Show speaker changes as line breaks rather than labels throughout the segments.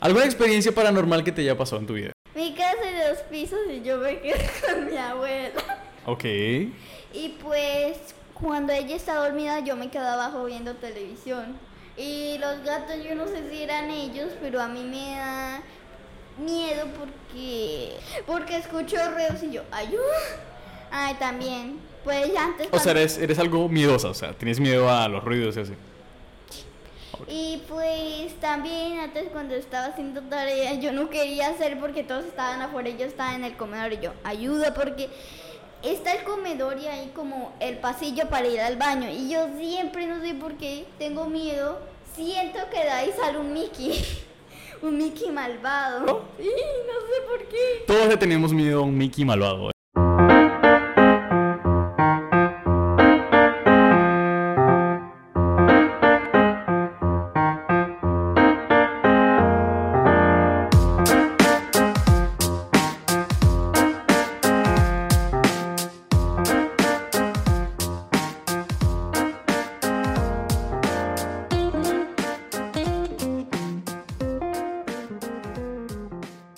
¿Alguna experiencia paranormal que te haya pasado en tu vida?
Mi casa de dos pisos y yo me quedé con mi abuela.
Ok.
Y pues cuando ella estaba dormida yo me quedaba abajo viendo televisión. Y los gatos yo no sé si eran ellos, pero a mí me da miedo porque porque escucho ruidos y yo, ayú. Ay, también. Pues antes
O sea,
cuando-
eres, eres algo miedosa, o sea, tienes miedo a los ruidos y así.
Y pues también antes cuando estaba haciendo tareas yo no quería hacer porque todos estaban afuera y yo estaba en el comedor y yo ayuda porque está el comedor y hay como el pasillo para ir al baño y yo siempre no sé por qué tengo miedo, siento que de ahí sale un Mickey, un Mickey malvado. Sí, no sé por qué.
Todos le tenemos miedo a un Mickey malvado.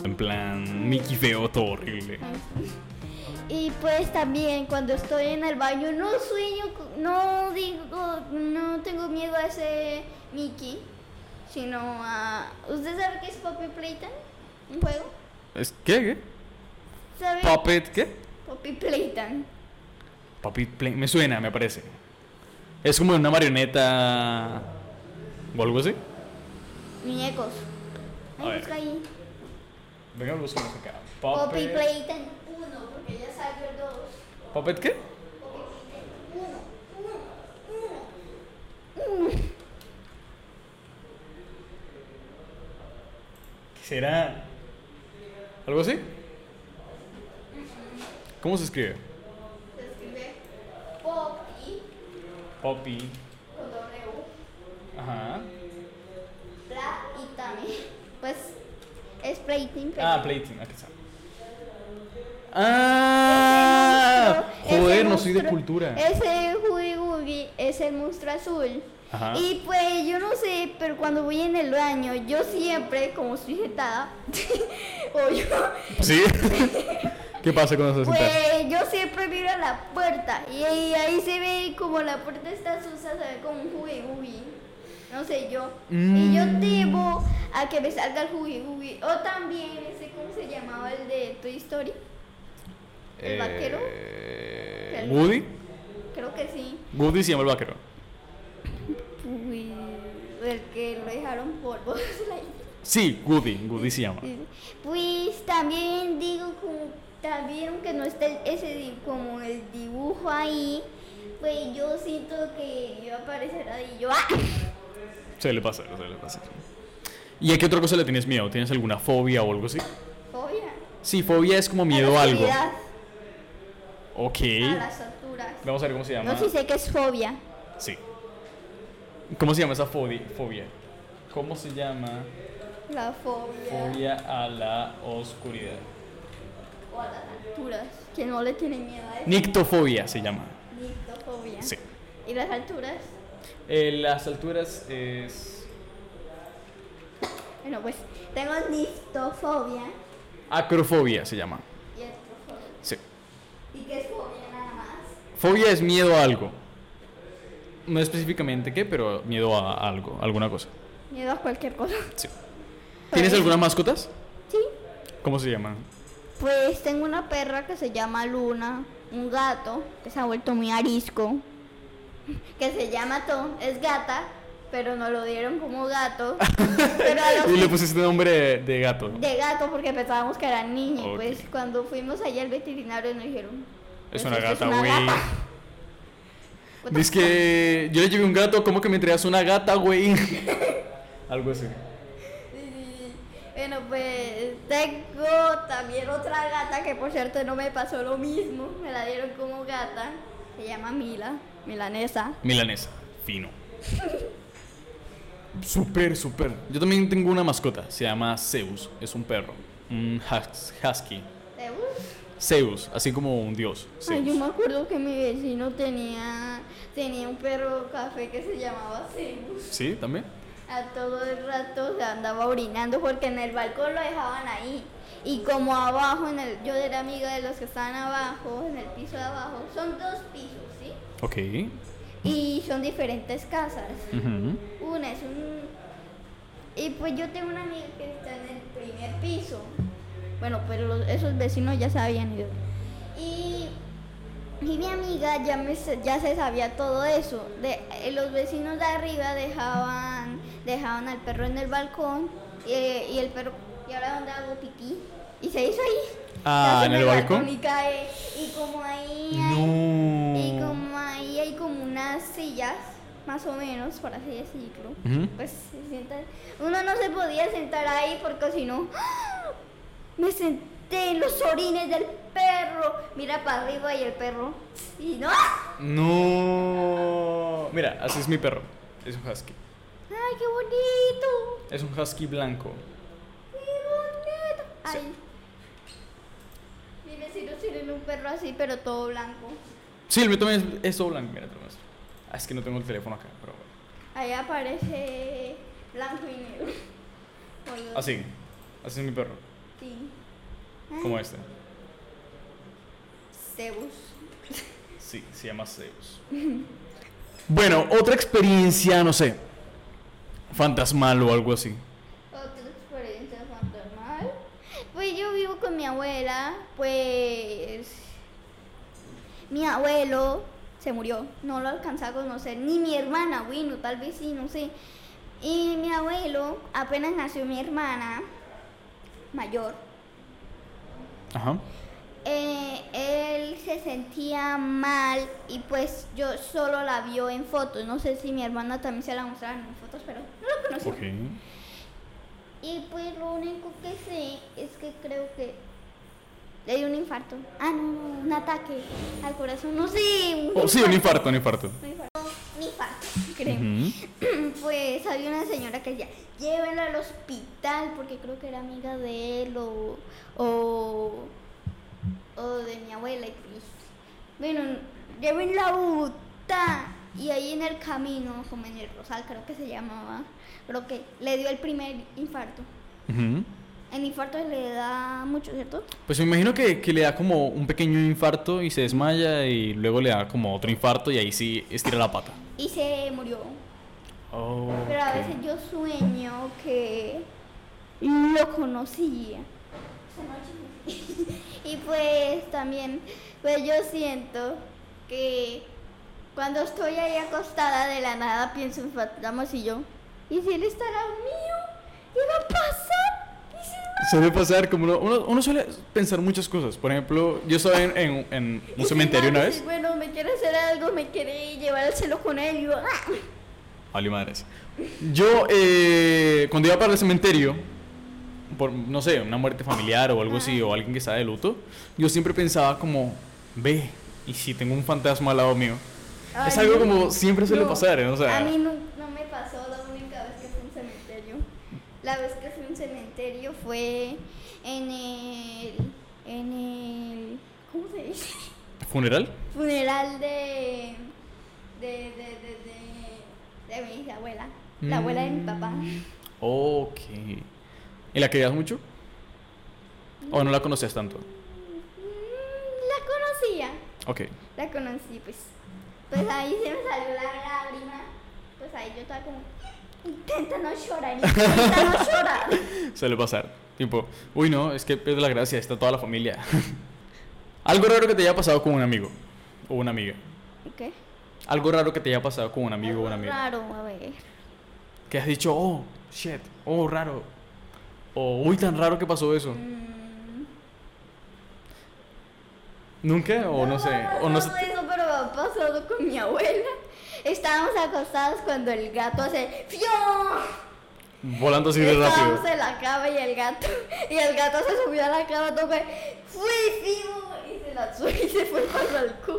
En plan, Mickey feo, todo horrible.
Y pues también cuando estoy en el baño no sueño, con- no digo, no tengo miedo a ese Mickey, sino a... ¿Usted sabe qué es Poppy Playtime? ¿Un juego?
¿Es qué? ¿Qué?
¿Sabe?
¿Puppet? ¿Qué?
Poppy Playtime.
Papi, Play- me suena, me parece. Es como una marioneta o algo así.
Muñecos.
A
Ay,
ver.
busca ahí.
Venga, lo buscamos acá.
Poppy Playtime 1, porque ya salió el 2.
¿Puppet qué? ¿Qué será? ¿Algo así? ¿Cómo se escribe?
Se escribe Poppy
Poppy.
con W.
Ajá.
Pla y Tame. Pues es Playtime. pero-
Ah, Playtime, aquí está. ¡Ah!
Ese
Joder, no soy de
monstruo-
cultura.
Ese Huggy Wuggy es el monstruo azul.
Ajá.
Y pues yo no sé, pero cuando voy en el baño, yo siempre, como estoy sentada, o yo,
¿Sí? ¿Qué pasa cuando se sienta?
pues yo siempre miro a la puerta. Y ahí, ahí se ve como la puerta está sucia, se ve como un Huggy Wuggy. No sé yo. Y yo temo a que me salga el Huggy Wuggy. O también, ese, ¿cómo se llamaba el de Toy Story? ¿El vaquero?
Eh, Woody.
Creo que sí.
Woody se llama el vaquero.
Uy, el que lo dejaron polvo.
Sí, Woody. Woody se llama.
pues también digo como también aunque no esté el- ese di- como el dibujo ahí, pues yo siento que yo aparecerá y yo ¡ah!
Se le pasa, se le pasa. ¿Y a qué otra cosa le tienes miedo? ¿Tienes alguna fobia o algo así?
Fobia.
Sí, fobia es como miedo a
la
algo.
oscuridad,
Ok.
A las alturas.
Vamos a ver cómo se llama.
No sé si sé que es fobia.
Sí. ¿Cómo se llama esa fodi- fobia? ¿Cómo se llama
La fobia.
fobia a la oscuridad?
O a las alturas. Que no le tiene miedo a eso.
Nictofobia se llama.
Nictofobia.
Sí.
Y las alturas.
Eh, las alturas es...
Bueno, pues tengo nictofobia
Acrofobia se llama.
y astrofobia.
Sí.
¿Y qué es fobia nada más?
Fobia es miedo a algo. No específicamente qué, pero miedo a algo, alguna cosa.
Miedo a cualquier cosa. Pues,
Sí. ¿Tienes algunas mascotas?
Sí.
¿Cómo se llaman?
Pues tengo una perra que se llama Luna, un gato que se ha vuelto muy arisco, que se llama Tom, es gata, pero nos lo dieron como gato. pero a los
Y le pusiste nombre de gato.
de gato porque pensábamos que era niño.
Ok.
Pues cuando fuimos allá al veterinario nos dijeron.
Es
"Pues
una
esto
gata, güey.
gata". What the
Dice que yo le llevé un gato, ¿cómo que me entregas una gata, güey? Algo así.
fuck? Bueno, pues tengo también otra gata que por cierto no me pasó lo mismo. Me la dieron como gata. Se llama Mila, milanesa.
Milanesa, fino. Súper, súper. Yo también tengo una mascota, se llama Zeus, es un perro, un hus- husky.
¿Te gusta?
Zeus, así como un dios.
Ay,
Zeus.
yo me acuerdo que mi vecino tenía, tenía un perro café que se llamaba Zeus.
¿Sí? ¿También?
A todo el rato se andaba orinando porque en el balcón lo dejaban ahí. Y como abajo, en el, yo era amiga de los que estaban abajo, en el piso de abajo, son dos pisos, ¿sí?
Ok.
Y son diferentes casas.
Ujú.
Una es un... Y pues yo tengo una amiga que está en el primer piso. Bueno, pero los- esos vecinos ya se habían ido. Y, y mi amiga ya, me se- ya se sabía todo eso. De, eh, los vecinos de arriba dejaban, dejaban al perro en el balcón eh, y el perro... ¿Y ahora dónde hago pipí? Y se hizo ahí.
Ah,
Se hace
¿en el balcón?
Y cae. Y como ahí... hay- y
No.
como ahí hay como unas sillas, más o menos, por así decirlo,
Ujú.
pues se sientan. Uno no se podía sentar ahí porque si no, ¡ah! me senté en los orines del perro. Mira para arriba y el perro. Y no, ¡ah!
No. Mira, así es mi perro. Es un husky.
¡ay, qué bonito!
Es un husky blanco.
¡Qué bonito! Ay. Mis vecinos tienen un perro así, pero todo blanco.
Sí, el mío también es, es todo blanco. Mira, te lo muestro. Ah, es que no tengo el teléfono acá, pero bueno.
Ahí aparece blanco y negro. Oye,
Así. Ah, Así es mi perro.
sí.
Como este.
Zeus.
Sí, se llama Zeus. Bueno, otra experiencia, no sé. Fantasmal o algo así.
Otra experiencia fantasmal. Pues yo vivo con mi abuela, pues mi abuelo se murió, no lo alcancé a conocer, ni mi hermana, bueno, tal vez sí, no sé. Y mi abuelo, apenas nació mi hermana mayor,
Ajá.
eh, él se sentía mal y pues yo solo la vio en fotos, no sé si mi hermana también se la mostraron en fotos, pero no lo conocí.
Ok.
Y pues lo único que sé es que creo que le dio un infarto. Ah, no, no, un ataque al corazón. No sé. Un
Oh, sí, un infarto, un infarto.
Un infarto, un infarto, creo. Pues había una señora que decía, llévenlo al hospital porque creo que era amiga de él o, o, o de mi abuela. Y pues, bueno, llévenlo a Bogotá. Y ahí en el camino, como en el Rosal creo que se llamaba, creo que le dio el primer infarto.
Ujú.
El infarto le da mucho, ¿cierto?
Pues me imagino que, que le da como un pequeño infarto y se desmaya y luego le da como otro infarto y ahí sí estira la pata.
Y se murió.
Oh,
Pero a veces yo sueño que lo conocía. y pues también, pues yo siento que cuando estoy ahí acostada de la nada pienso en fantasmas y yo, ¿y si él estará mío? ¿Qué va a pasar? ¿Y si no?
Suele pasar como uno, uno- uno suele pensar muchas cosas. Por ejemplo, yo estaba en, en- en
¿Y
un
si
cementerio
no?
una
Y si,
vez.
Bueno, me quiere hacer algo, me quiere llevar al cielo con él. Y yo, ¡ah!
Vale, madres. Yo, eh, cuando iba para el cementerio, por, no sé, una muerte familiar o algo así, o alguien que estaba de luto, yo siempre pensaba como, ve, y si tengo un fantasma al lado mío. es
Ay,
algo
no.
como siempre suele
No,
pasar, ¿eh? o sea,
a mí no, no me pasó la única vez que fui a un cementerio. La vez que fui a un cementerio fue en el. en el. ¿Cómo se dice?
funeral.
Funeral de. de. de. de. de, de mi abuela. La abuela de mi
Mm.
papá. Mm,
Ok. ¿Y la querías mucho? ¿O no la conocías tanto?
Mm, La conocía.
Ok.
La conocí, pues. Pues ahí se me salió la lágrima. Pues ahí yo estaba como. Intenta no llorar, intenta no llorar.
Suele pasar. Tipo, uy, no, es que pierde la gracia, está toda la familia. Algo raro que te haya pasado con un amigo o una amiga.
¿Qué?
Algo raro que te haya pasado con un amigo o una amiga.
Claro, a ver.
Que has dicho, oh, shit, oh, raro. O, uy, tan raro que pasó eso. ¿Nunca? O no, sé. O no sé.
pasó eso, pero ha pasado con mi abuela. Estábamos acostados cuando el gato hace ¡Fion!
volando así de rápido.
Estábamos en la cama y el gato. Y el gato se subió a la cama, todo fue. ¡Fui vivo! Y se lanzó y se fue para el balcón.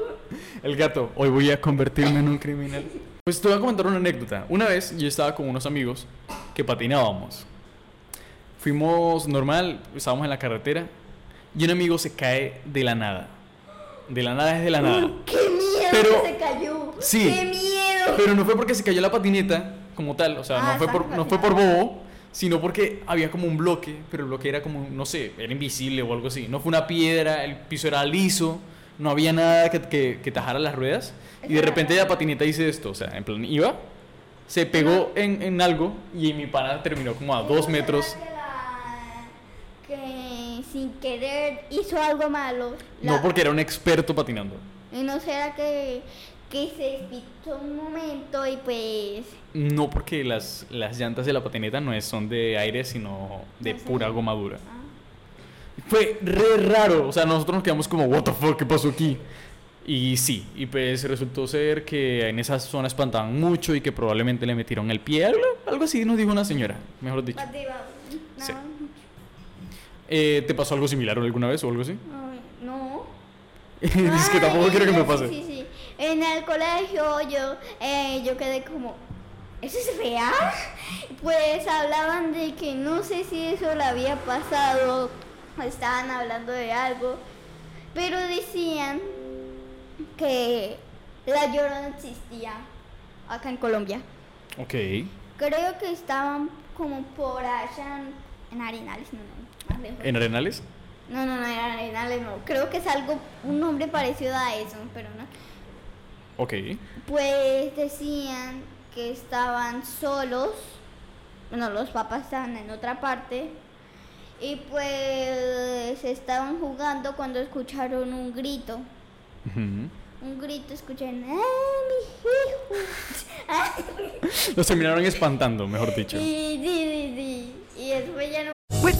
El gato, hoy voy a convertirme en un criminal. Pues te voy a contar una anécdota. Una vez yo estaba con unos amigos que patinábamos. Fuimos normal, estábamos en la carretera y un amigo se cae de la nada. De la nada es de la nada.
¡Qué miedo!
Ah. Pero-
que se cayó.
sí.
¡Qué miedo!
Pero no fue porque se cayó la patineta como tal, o sea,
Ah,
no, fue por,
exacto,
no fue por bobo, sino porque había como un bloque, pero el bloque era como, no sé, era invisible o algo así. No fue una piedra, el piso era liso, no había nada que, que, que tajara las ruedas. Y de repente la patineta hice esto, o sea, en plan, iba, se pegó en, en algo y mi pana terminó como a dos metros.
Que la- Que sin querer hizo algo malo. La-
No porque era un experto patinando.
Y no será que, que se despistó un momento y pues.
No porque las, las llantas de la patineta no es- son de aire, sino de
ah.
pura goma dura. Fue re raro, o sea, nosotros nos quedamos como, what the fuck, ¿qué pasó aquí? Y sí, y pues resultó ser que en esas zonas espantaban mucho y que probablemente le metieron el pie, algo, algo así nos dijo una señora, mejor dicho.
No.
Sí. Eh, ¿Te pasó algo similar alguna vez o algo así?
Ay, No.
es que
Ay,
tampoco quiero que me
sí,
pase.
Sí, sí. En el colegio yo, eh, yo quedé como, ¿eso es real? Pues hablaban de que no sé si eso le había pasado, estaban hablando de algo, pero decían que la llorona existía acá en Colombia.
Ok.
Creo que estaban como por allá en, en Arenales, no, no, más lejos.
¿En Arenales?
No, no, no, en Arenales no. Creo que es algo, un nombre parecido a eso, pero no.
Ok.
Pues decían que estaban solos. Bueno, los papás estaban en otra parte. Y pues estaban jugando cuando escucharon un grito.
Ujú.
Un grito escucharon, ¡ay, mi hijo! ¡Ay!
Los terminaron espantando, mejor
Y,
dicho.
sí, sí, sí. y después ya no
With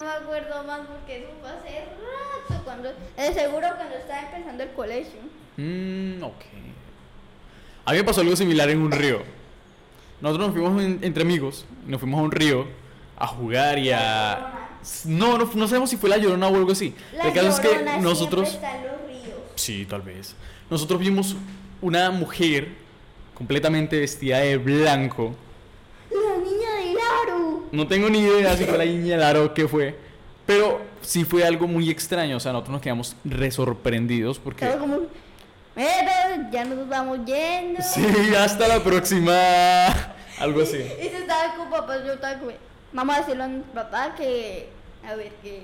No me acuerdo más porque eso fue hace rato, cuando, eh, seguro cuando estaba empezando el colegio.
Mm, ok. A mí me pasó algo similar en un río. Nosotros nos fuimos en- entre amigos, nos fuimos a un río a jugar y a... No, no, no sabemos si fue la llorona o algo así.
La
Ah, el caso es que
Llorona siempre
nosotros...
está en los ríos.
Sí, tal vez. Nosotros vimos una mujer completamente vestida de blanco.
La niña de Laru.
No tengo ni idea si fue la niña del aro o qué fue. Pero sí fue algo muy extraño. O sea, nosotros nos quedamos resorprendidos porque...
Estaba como, "Eh, "Pero ya nos vamos yendo.
Sí, hasta la próxima. Algo así.
Y se estaba con papá, yo estaba como, vamos a decirle a mi papá que, a ver, que,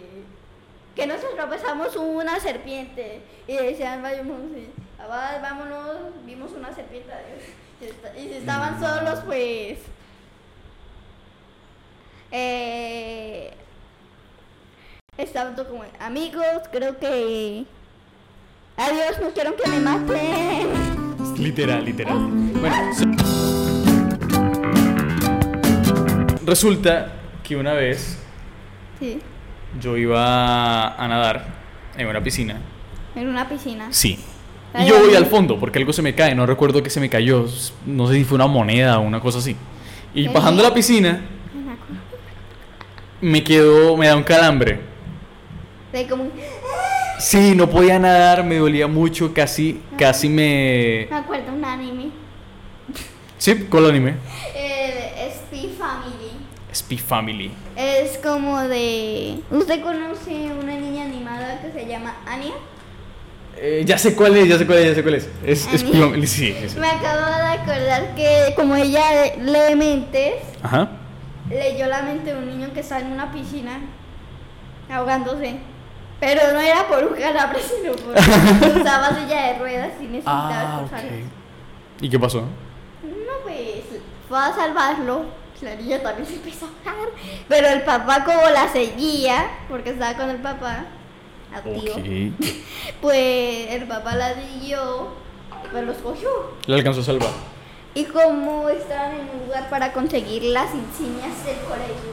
que nosotros atravesamos una serpiente. Y decían, vayamos, sí, "Papá, vámonos, vimos una serpiente, adiós". Y, esta- y si
Mm.
estaban solos, pues, eh, estaban todos como, amigos, creo que, adiós, no quiero que me maten.
Literal, literal. Bueno. so- Resulta que una vez
Sí,
yo iba a nadar en una piscina.
en una piscina.
Sí. Y yo voy al fondo porque algo se me cae. No recuerdo qué se me cayó. No sé si fue una moneda o una cosa así. Y bajando a la piscina, me quedó, me da un calambre.
De como,
Sí, no podía nadar, me dolía mucho, casi, casi me...
me acuerdo un anime.
Sí, con el anime.
El
Eh,
Spy Family.
Spy Family.
Es como de. ¿Usted conoce una niña animada que se llama Anya?
Eh, ya sé cuál es, ya sé cuál es, ya sé cuál es. Es, es
Ani.
Pion- sí, sí, sí.
Me acabo de acordar que, como ella lee mentes,
Ajá.
leyó la mente de un niño que está en una piscina ahogándose. Pero no era por un calambre, sino por usaba silla de ruedas y necesitaba
Ah,
esforzarse.
ok. ¿Y qué pasó?
No, pues, fue a salvarlo. la niña también se empezó a hablar. Pero el papá como la seguía, porque estaba con el papá, activo,
Ok.
pues el papá la siguió, pues los cogió.
La alcanzó a salvar.
Y como estaban en un lugar para conseguir las insignias del colegio,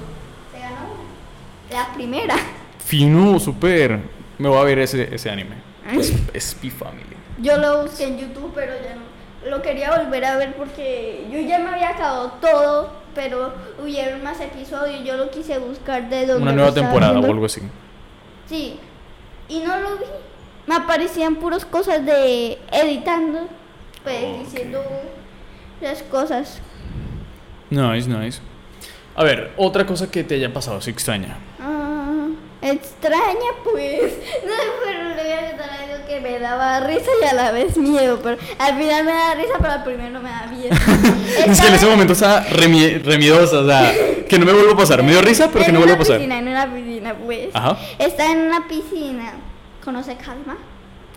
se ganó una. la primera.
Fino, super. Me voy a ver ese, ese anime. Pues, Spy Family.
Yo lo busqué en YouTube, pero ya no. Lo quería volver a ver porque yo ya me había acabado todo, pero hubieron más episodios. Yo lo quise buscar de donde.
Una
lo
nueva
estaba
temporada o
viendo.
algo así.
Sí. Y no lo vi. Me aparecían puras cosas de editando, pues diciendo las cosas.
Nice, nice. A ver, otra cosa que te haya pasado, si extraña.
Ah, extraña, pues. No, pero le voy a contar algo que me daba risa y a la vez miedo. Pero al final me da risa, pero al primero me da miedo.
Es que en ese momento estaba remie- remiedosa, o sea, que no me vuelva a pasar. Me dio risa, pero que
En
no vuelva a
una
pasar.
Piscina, en una piscina, pues.
Ajá.
Está en una piscina. ¿Conoce Karma?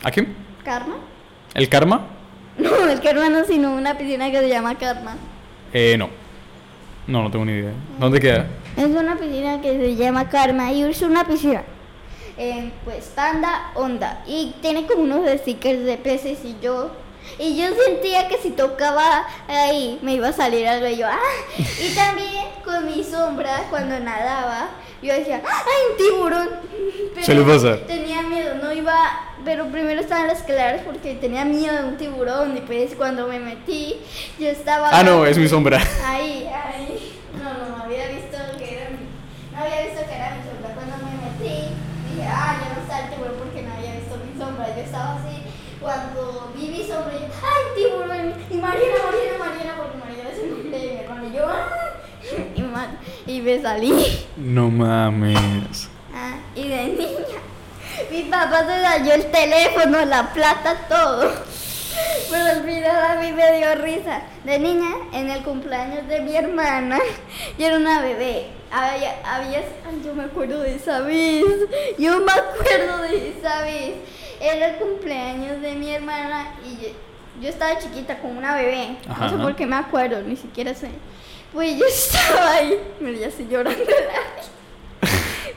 ¿A qué?
¿Karma?
¿El karma?
No, el Karma no, sino una piscina que se llama Karma.
Eh, no. No, no tengo ni idea. ¿Dónde queda?
Es una piscina que se llama Karma y es una piscina. eh, pues panda, onda. Y tiene como unos stickers de peces y yo. Y yo sentía que si tocaba ahí me iba a salir algo y yo. ¡ah! Y también con mi sombra cuando nadaba, yo decía, ¡ay, un tiburón!
Se le pasa.
Tenía miedo, no iba. Pero primero estaban las claras porque tenía miedo de un tiburón. Y pues cuando me metí, yo estaba.
Ah, no, es mi sombra.
Ahí, ahí. No, no, no había visto que era mi. No había visto que era mi sombra. Cuando me metí, dije, ah, yo no salte, tiburón porque no había visto mi sombra. Yo estaba así. Cuando vi mi sombra, yo, ay, tiburón. Y Mariana, Mariana, Mariana, porque Mariana es el nombre de mi hermano. Y yo, ah. Y, ma- y me salí.
No mames.
Ah, y de niña. Mi papá se dañó el teléfono, la plata, todo. Pero al final a mí me dio risa. De niña, en el cumpleaños de mi hermana, yo era una bebé. Había, había- ay, yo me acuerdo de esa vez. Yo me acuerdo de esa vez. Era el cumpleaños de mi hermana y yo, yo estaba chiquita con una bebé.
Ajá.
No sé por qué me acuerdo, ni siquiera sé. Pues yo estaba ahí. Mira, ya estoy llorando.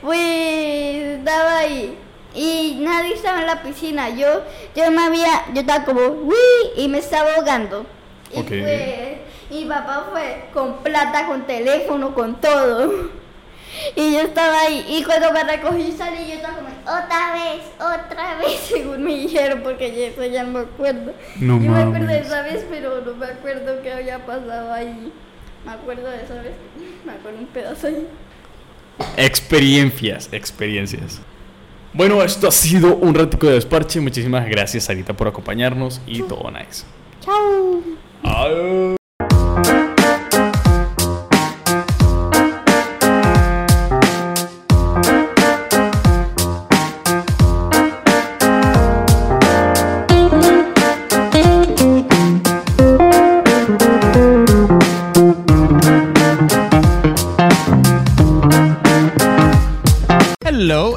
Pues estaba ahí y nadie estaba en la piscina. Yo, yo me había, yo estaba como, uy, y me estaba ahogando. Y
Ok.
pues, mi papá fue con plata, con teléfono, con todo. Y yo estaba ahí, y cuando me recogí salí, yo estaba como, otra vez, otra vez, según me dijeron, porque yo eso ya no me acuerdo.
No
yo me acuerdo de
mames.
esa vez, pero no me acuerdo qué había pasado ahí. Me acuerdo de esa vez, me acuerdo un pedazo ahí.
Experiencias, experiencias. Bueno, esto ha sido un ratico de desparche. Muchísimas gracias, Sarita, por acompañarnos y todo nice.
Chao.
Au.
Hello,